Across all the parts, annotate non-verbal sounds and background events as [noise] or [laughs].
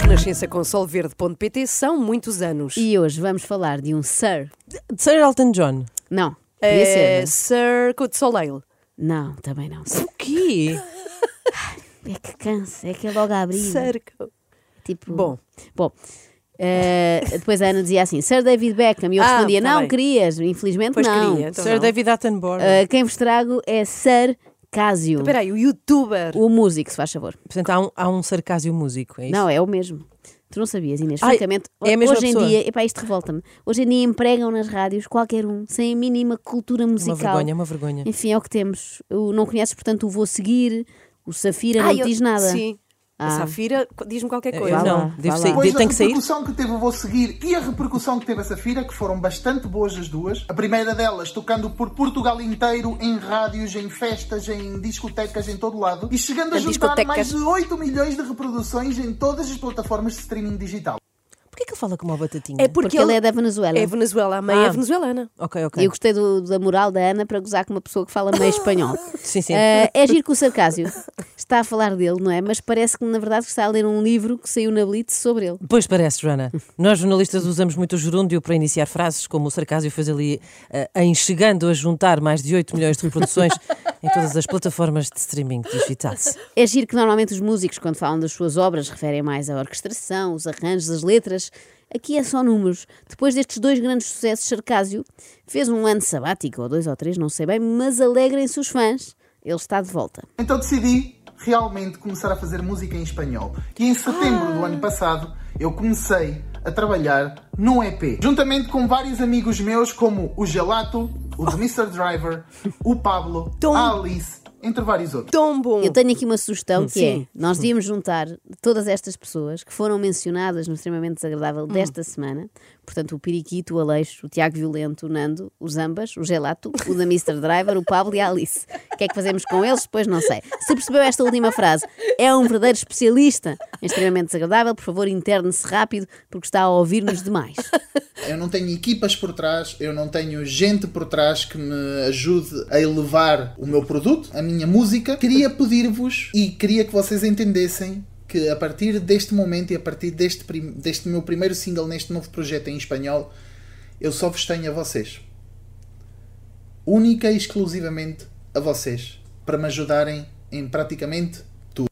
Renascença com solverde.pt são muitos anos. E hoje vamos falar de um Sir. Sir Elton John. né? Não, podia é, ser. Sir Circo de Soleil. Não, também não. O quê? É que cansa, é que é logo a abrir. Circo. Tipo, Bom. Bom. eh, depois a Ana dizia assim, Sir David Beckham, e eu Ah, respondia, tá não, bem. querias, infelizmente Pois não. queria. Então Sir não. David Attenborough. Eh, quem vos trago é Sir Casio, Espera aí, o youtuber. o músico, se faz favor. Portanto, há um, há um sarcásio músico, é isso? Não, é o mesmo. Tu não sabias, Inês. Ai, Francamente, é a mesma hoje pessoa. em dia, epá, isto revolta-me. Hoje em dia empregam nas rádios qualquer um, sem a mínima cultura uma musical. vergonha, é uma vergonha. Enfim, é o que temos. O não conheces, portanto, o vou seguir, o Safira Ah, não eu- diz nada. Sim. Ah. A Safira diz-me qualquer Eu coisa. Vá não, lá, vá devo lá. sair. de- Depois a Tenho que sair. repercussão que teve o Vou Seguir e a repercussão que teve a Safira, que foram bastante boas as duas. A primeira delas tocando por Portugal inteiro, em rádios, em festas, em discotecas, em todo lado. E chegando a Em juntar discotecas. mais de 8 milhões de reproduções em todas as plataformas de streaming digital. Porquê que ele fala como uma batatinha? É porque, Porque ele é da Venezuela. é Venezuela. A mãe Ah. é venezuelana. Ok, E ok. eu gostei do- da moral da Ana para gozar com uma pessoa que fala meio espanhol. Sim, sim. Ah, é giro que o Sarcásio está a falar dele, não é? Mas parece que, na verdade, está a ler um livro que saiu na Blitz sobre ele. Pois parece, Joana. Nós jornalistas usamos muito o gerúndio para iniciar frases, como o sarcásio fez ali eh, em chegando a juntar mais de 8 milhões de reproduções em todas as plataformas de streaming digitais. É giro que normalmente os músicos, quando falam das suas obras, referem mais à orquestração, os arranjos, as letras. Aqui é só números. Depois destes dois grandes sucessos, Sarcásio fez um ano sabático, ou dois ou três, não sei bem, mas alegrem-se os fãs, ele está de volta. Então decidi realmente começar a fazer música em espanhol. E em setembro do ano passado eu comecei a trabalhar num EP, juntamente com vários amigos meus, como o Gelato, o do Mr. Driver, o Pablo, Tom. a Alice, entre vários outros. Tão bom. Eu tenho aqui uma sugestão que é: Hum. Sim. Hum. nós devíamos juntar todas estas pessoas que foram mencionadas no extremamente desagradável Hum. desta semana. Portanto, o Piriquito, o Aleixo, o Tiago Violento, o Nando, o Zambas, o Gelato, o da Mr. Driver, o Pablo e a Alice. O que é que fazemos com eles? Pois não sei. Se percebeu esta última frase, é um verdadeiro especialista em extremamente desagradável. Por favor, interne-se rápido, porque está a ouvir-nos demais. Eu não tenho equipas por trás, eu não tenho gente por trás que me ajude a elevar o meu produto, a minha música. Queria pedir-vos e queria que vocês entendessem que a partir deste momento e a partir deste, prim- deste meu primeiro single neste novo projeto em espanhol, eu só vos tenho a vocês. Única e exclusivamente a vocês. Para me ajudarem em praticamente tudo.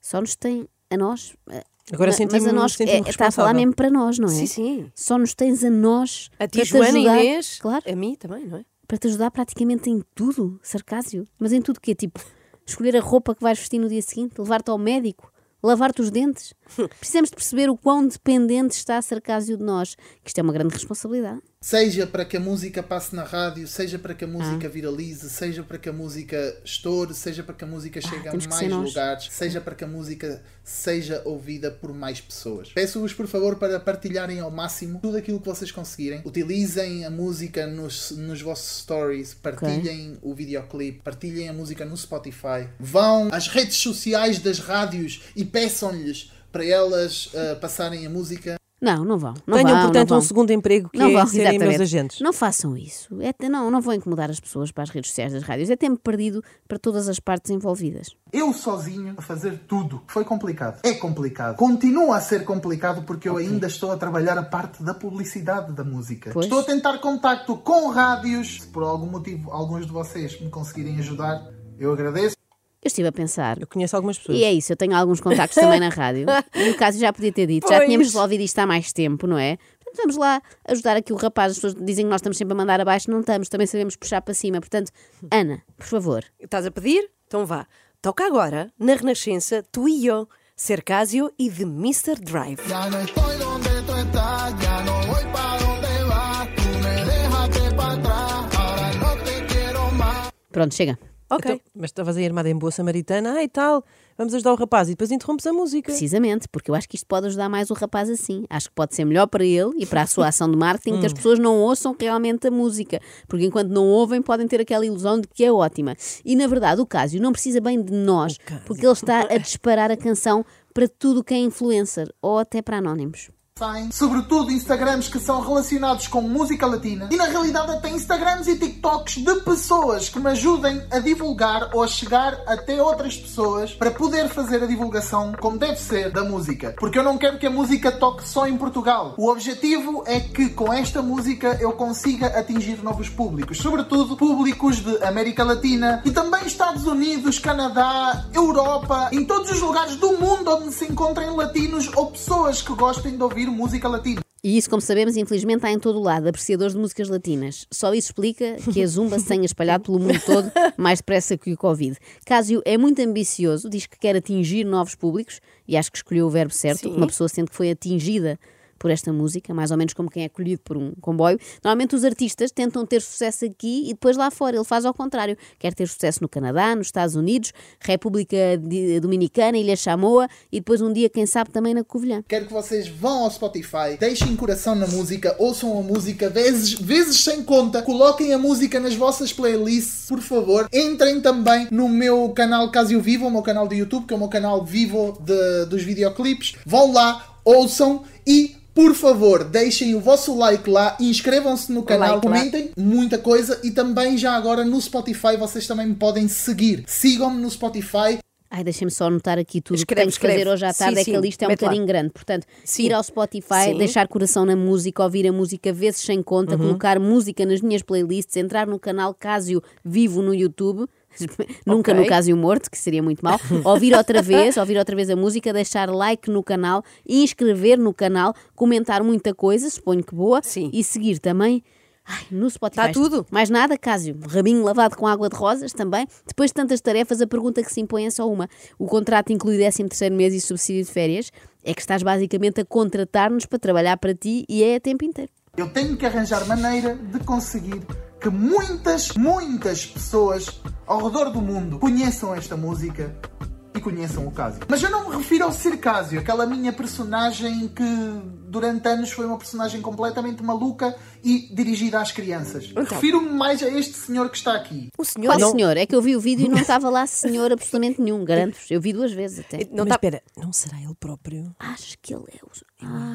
Só nos tem a nós. eh, Agora ma- senti-me- mas a nós senti-me eh, está a falar responsável. mesmo para nós, não é? Sim, sim. Só nos tens a nós. A ti, para te Joana e ajudar. Inês. Claro. A mim também, não é? para te ajudar praticamente em tudo, sarcásio. Mas em tudo que é tipo escolher a roupa que vais vestir no dia seguinte, levar-te ao médico, lavar-te os [laughs] dentes. Precisamos de perceber o quão dependente está sarcásio de nós, que isto é uma grande responsabilidade. Seja para que a música passe na rádio, seja para que a Ah. música viralize, seja para que a música estoure, seja para que a música chegue Ah, a temos que ser mais nós. lugares, seja para que a música seja ouvida por mais pessoas. Peço-vos, por favor, para partilharem ao máximo tudo aquilo que vocês conseguirem. Utilizem a música nos, nos vossos stories, partilhem o videoclipe, partilhem a música no Spotify. Vão às redes sociais das rádios e peçam-lhes para elas ah, passarem a música Não, não vão. Não Tenham, vão, portanto, não um vão. segundo emprego que não é vão, serem meus exatamente. agentes. Não façam isso. É- não, não vão incomodar as pessoas para as redes sociais das rádios. É tempo perdido para todas as partes envolvidas. Eu sozinho a fazer tudo. Foi complicado. É complicado. Continua a ser complicado porque eu ainda estou a trabalhar a parte da publicidade da música. Pois. Estou a tentar contacto com rádios. Se por algum motivo alguns de vocês me conseguirem ajudar, eu agradeço. Eu estive a pensar. Eu conheço algumas pessoas. E é isso, eu tenho alguns contactos também na rádio. E o caso já podia ter dito, já Pois. tínhamos resolvido isto há mais tempo, não é? Portanto, vamos lá ajudar aqui o rapaz. As pessoas dizem que nós estamos sempre a mandar abaixo, não estamos, também sabemos puxar para cima. Portanto, Ana, por favor, Estás a pedir? Então vá. Toca agora, na Renascença, tu e eu, Cercásio e The Mr. Drive. Já não estou onde tu estás, já não vou para onde vas. Tu me dejaste para trás, agora não te quero mais. pronto, chega. Ok. Então, mas estavas aí armada em boa samaritana, ah e tal, vamos ajudar o rapaz e depois interrompes a música. Precisamente, porque eu acho que isto pode ajudar mais o rapaz assim. Acho que pode ser melhor para ele e para a sua ação de marketing que as pessoas não ouçam realmente a música, porque enquanto não ouvem podem ter aquela ilusão de que é ótima. E na verdade o Cásio não precisa bem de nós, porque ele está a disparar a canção para tudo o que é influencer ou até para anónimos. saem, sobretudo Instagrams que são relacionados com música latina, e na realidade até Instagrams e TikToks de pessoas que me ajudem a divulgar ou a chegar até outras pessoas para poder fazer a divulgação como deve ser da música. Porque eu não quero que a música toque só em Portugal. O objetivo é que com esta música eu consiga atingir novos públicos, sobretudo públicos de América Latina e também Estados Unidos, Canadá, Europa, em todos os lugares do mundo onde se encontrem latinos ou pessoas que gostem de ouvir música latina. E isso, como sabemos, infelizmente há em todo o lado apreciadores de músicas latinas. Só isso explica que a zumba se tenha espalhado pelo mundo todo mais depressa que o Covid. Cásio é muito ambicioso, diz que quer atingir novos públicos e acho que escolheu o verbo certo. Sim. Uma pessoa sente que foi atingida por esta música, mais ou menos como quem é colhido por um comboio. Normalmente os artistas tentam ter sucesso aqui e depois lá fora. Ele faz ao contrário. Quer ter sucesso no Canadá, nos Estados Unidos, República Di- Dominicana, Ilha Chamoa e depois um dia, quem sabe, também na Covilhã. Quero que vocês vão ao Spotify, deixem coração na música, ouçam a música vezes, vezes sem conta, coloquem a música nas vossas playlists, por favor. Entrem também no meu canal Casio Vivo, o meu canal do YouTube, que é o meu canal vivo de- dos videoclipes. Vão lá, ouçam e. Por favor, deixem o vosso like lá, inscrevam-se no canal, Like lá. comentem muita coisa e também já agora no Spotify vocês também me podem seguir. Sigam-me no Spotify, Ai, deixem-me só anotar aqui tudo o que Escreve, temos que fazer escreve. hoje à tarde, Sim, é que a sim, lista é um mete lá. bocadinho grande. Portanto, Sim. ir ao Spotify, Sim. Uhum. deixar coração na música, ouvir a música vezes sem conta, colocar música nas minhas playlists, entrar no canal Cásio Vivo no YouTube. [laughs] Nunca no Ok. Cásio Morto, que seria muito [laughs] mal. Ouvir outra vez, ouvir outra vez a música, deixar like no canal, inscrever no canal, comentar muita coisa, suponho que boa, Sim. e seguir também. Ai, no Spotify. Tá tudo. Mais nada, Cásio. Rabinho lavado com água de rosas também. Depois de tantas tarefas, a pergunta que se impõe é só uma. O contrato inclui 13º mês e subsídio de férias. É que estás basicamente a contratar-nos para trabalhar para ti e é a tempo inteiro. Eu tenho que arranjar maneira de conseguir que muitas, muitas pessoas ao redor do mundo conheçam esta música e conheçam o Cásio. Mas eu não me refiro ao ser Cásio, aquela minha personagem que durante anos foi uma personagem completamente maluca e dirigida às crianças. Então. Refiro-me mais a este senhor que está aqui. O senhor Qual não, senhor? É que eu vi o vídeo e [laughs] não estava lá senhor absolutamente nenhum, garanto-vos. Eu vi duas vezes até. não Mas tá- espera, não será ele próprio? Acho que ele é o... Ah,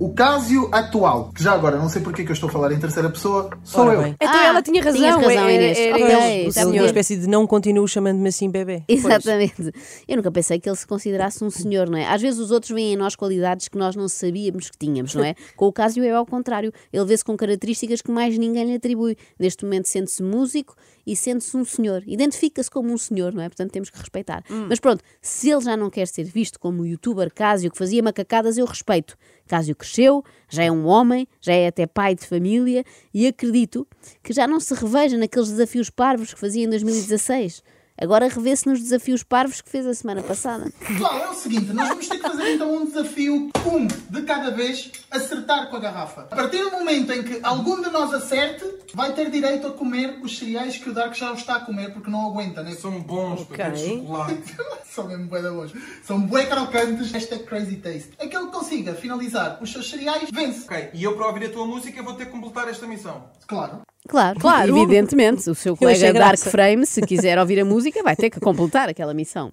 O Cásio atual, que já agora não sei porque é que eu estou a falar em terceira pessoa, sou Ora eu. bem. Então Ah, ela tinha razão. tinhas razão, era- Inês. era Ok, é ele, é o já percebi. é Uma senhor. espécie de não continuo chamando-me assim bebê. É, Exatamente. Eu nunca pensei que ele se considerasse um senhor, não é? Às vezes os outros veem em nós qualidades que nós não sabíamos que tínhamos, não é? Com o Cásio é ao contrário. Ele vê-se com características que mais ninguém lhe atribui. Neste momento sente-se músico e sente-se um senhor. Identifica-se como um senhor, não é? Portanto temos que respeitar. Mas pronto, se ele já não quer ser visto como o youtuber Cásio que fazia macacadas, eu respeito. Cásio cresceu, já é um homem, já é até pai de família e acredito que já não se reveja naqueles desafios parvos que fazia em 2016. Agora revê-se nos desafios parvos que fez a semana passada. Pessoal, é o seguinte, nós vamos ter que fazer então um desafio, um de cada vez, acertar com a garrafa. A partir do momento em que algum de nós acerte, vai ter direito a comer os cereais que o Dark já está a comer, porque não aguenta, né? [laughs] São, São bons para ter Ok. chocolate. são mesmo bué da bons. São bué crocantes. Esta é crazy taste. Aquele que consiga finalizar os seus cereais, vence. ok, e eu para ouvir a tua música vou ter que completar esta missão. Claro. Claro, Claro. evidentemente. O seu achei colega Dark graça. Frame, se quiser ouvir a música, vai ter que completar aquela missão.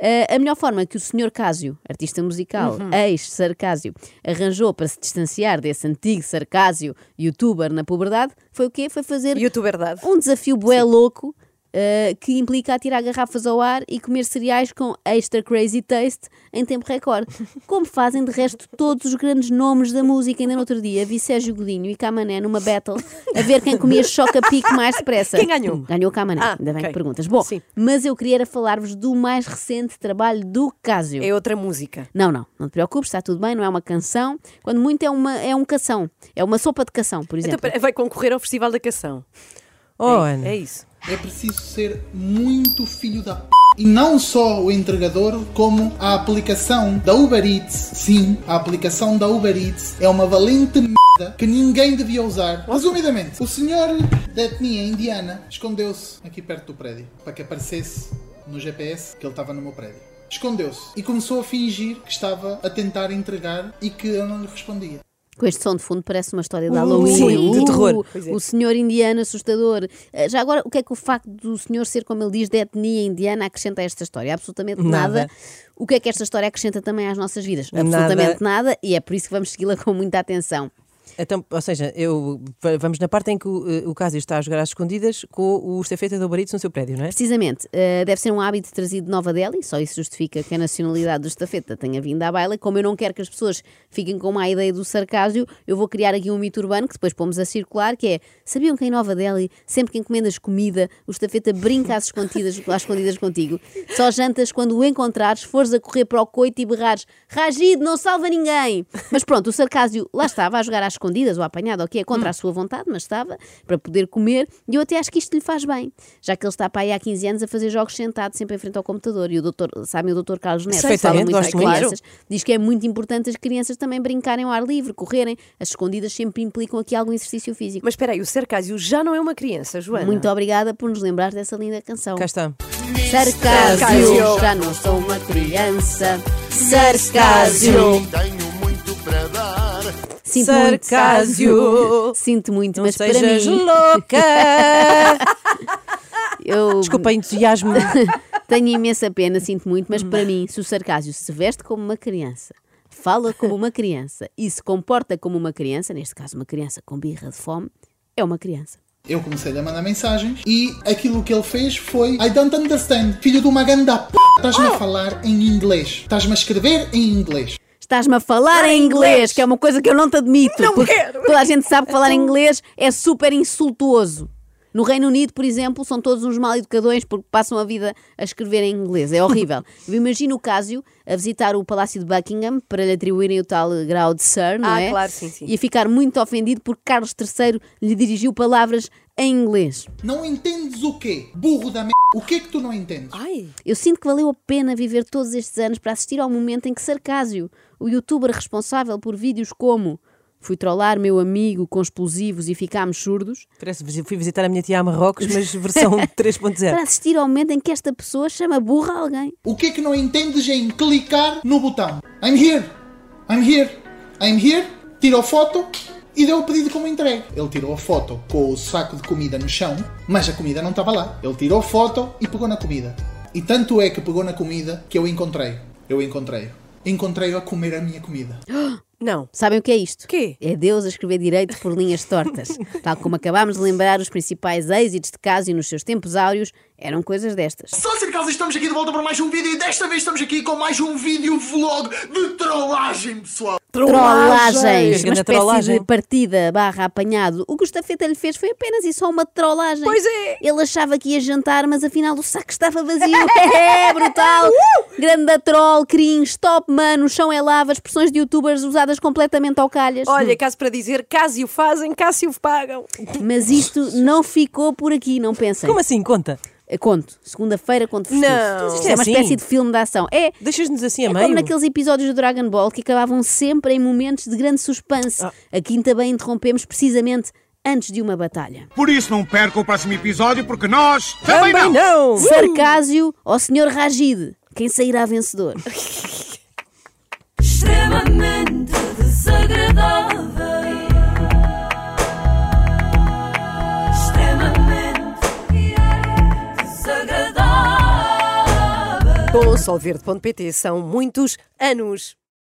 Ah, a melhor forma que o Sr. Cásio, artista musical, ex-Sarcásio, arranjou para se distanciar desse antigo Sarcásio, youtuber na puberdade, foi o quê? Foi fazer Youtuber dado. um desafio bué louco uh, que implica atirar garrafas ao ar e comer cereais com extra crazy taste em tempo [laughs] recorde. Como fazem de resto todos os grandes nomes da música. Ainda no outro dia vi Sérgio Godinho e Camané numa battle a ver quem comia choca-pique mais depressa. Quem ganhou? Ganhou Camané. Ah, Ainda bem ok. que perguntas. Bom, Sim. mas eu queria era falar-vos do mais recente trabalho do Cásio. É outra música. Não, não, não te preocupes, está tudo bem, não é uma canção. Quando muito é, uma, é um cação. É uma sopa de cação, por exemplo. Então, pera- vai concorrer ao Festival da Cação. Oh, é, Ana. é isso. É preciso ser muito filho da p... E não só o entregador, como a aplicação da Uber Eats. Sim, a aplicação da Uber Eats é uma valente merda que ninguém devia usar. Resumidamente, o senhor da etnia indiana escondeu-se aqui perto do prédio para que aparecesse no GPS que ele estava no meu prédio. Escondeu-se e começou a fingir que estava a tentar entregar e que eu não lhe respondia. Com este som de fundo parece uma história de Halloween. sim, de Uh, terror. Pois é. O senhor indiano assustador. Eh, Já agora, o que é que o facto do senhor ser, como ele diz, de etnia indiana acrescenta a esta história? Absolutamente nada. Nada. O que é que esta história acrescenta também às nossas vidas? Nada. Absolutamente nada, e é por isso que vamos segui-la com muita atenção. Então, ou seja, eu, va- vamos na parte em que o, eh, o Cásio está a jogar às escondidas com o estafeta do Barito no seu prédio, não é? Precisamente, eh, deve ser um hábito trazido de Nova Delhi, só isso justifica que a nacionalidade do estafeta tenha vindo à baila. Como eu não quero que as pessoas fiquem com uma ideia do sarcasmo, eu vou criar aqui um mito urbano que depois pomos a circular, que é, sabiam que em Nova Delhi, sempre que encomendas comida, o estafeta brinca às escondidas, às escondidas contigo. Só jantas quando o encontrares, fores a correr para o coito e berrares, Ragid, não salva ninguém! Mas pronto, o sarcasmo lá estava a jogar às escondidas ou apanhado, o que é Hum. contra a sua vontade, mas estava para poder comer, e eu até acho que isto lhe faz bem, já que ele está para aí há 15 anos a fazer jogos sentado, sempre em frente ao computador. E o doutor, sabem, o doutor Carlos Neto Perfeitamente, fala muito às gosto muito. crianças, diz que é muito importante as crianças também brincarem ao ar livre, correrem, as escondidas sempre implicam aqui algum exercício físico. Mas espera aí, o Sarcásio já não é uma criança, Joana. Muito obrigada por nos lembrar dessa linda canção. Cá está. Sarcásio, já não sou uma criança. Sarcásio. Tenho muito para dar. Sinto Sarcásio. muito. Sinto muito, Não mas para sejas mim, louca! eu Desculpa, entusiasmo. [laughs] tenho imensa pena, sinto muito, mas para mim, se o sarcásio se veste como uma criança, fala como uma criança e se comporta como uma criança, neste caso uma criança com birra de fome, é uma criança. Eu comecei a mandar mensagens e aquilo que ele fez foi I don't understand, filho de uma ganda p... Estás-me a falar em inglês. Estás-me a escrever em inglês. Estás-me a falar em inglês, que é uma coisa que eu não te admito. Não quero. Então- Toda a gente sabe que falar em inglês é super insultuoso. No Reino Unido, por exemplo, são todos uns mal educadões porque passam a vida a escrever em inglês. [laughs] É horrível. Eu imagino o Cásio a visitar o Palácio de Buckingham para lhe atribuírem o tal eh, grau de Sir, não Ah, é? claro, sim, sim. E a ficar muito ofendido porque Carlos III lhe dirigiu palavras em inglês. Não entendes o quê? Burro da merda. O que é que tu não entendes? Ai, Eu sinto que valeu a pena viver todos estes anos para assistir ao momento em que Sarcásio, o youtuber responsável por vídeos como Fui trollar meu amigo com explosivos e ficámos surdos, Parece que fui visitar a minha tia a Marrocos, mas versão 3.0. para assistir ao momento em que esta pessoa chama burra alguém. O que é que não entendes em clicar no botão? I'm here, I'm here, I'm here. Tirou foto e deu o pedido como entregue. Ele tirou a foto com o saco de comida no chão, mas a comida não estava lá. Ele tirou a foto e pegou na comida. E tanto é que pegou na comida que eu encontrei. Eu encontrei. Encontrei-o a comer a minha comida. É não. Sabem o que é isto? Quê? É Deus a escrever direito por linhas tortas. Tal como acabámos de lembrar, os principais êxitos de Cásio nos seus tempos áureos eram coisas destas. Só ser caso estamos aqui de volta para mais um vídeo e desta vez estamos aqui com mais um vídeo vlog de trollagem, pessoal. Trollagens! Uma Grande espécie trollagem. de partida barra apanhado. O que o Estafeta lhe fez foi apenas e só uma trollagem. Pois é. Ele achava que ia jantar, mas afinal o saco estava vazio. [laughs] é, brutal! Grande troll, cringe, top mano, o chão é lava, expressões de youtubers usadas completamente ao calhas. Olha, caso para dizer, Cásio fazem, Cásio pagam. Mas isto não ficou por aqui, não pensem. Como assim? Conta. Eh, Conto, segunda-feira conto-vos tudo. Não. Mas isto Isto é é uma assim? espécie de filme de ação. É, Deixas-nos assim a É meio? como naqueles episódios do Dragon Ball que acabavam sempre em momentos de grande suspense. A quinta bem interrompemos precisamente antes de uma batalha. Por isso não perca o próximo episódio, porque nós Também não! Sarcásio ao Sr. Ragid, quem sairá vencedor? extremamente desagradável. Extremamente desagradável. Com o solverde.pt são muitos anos.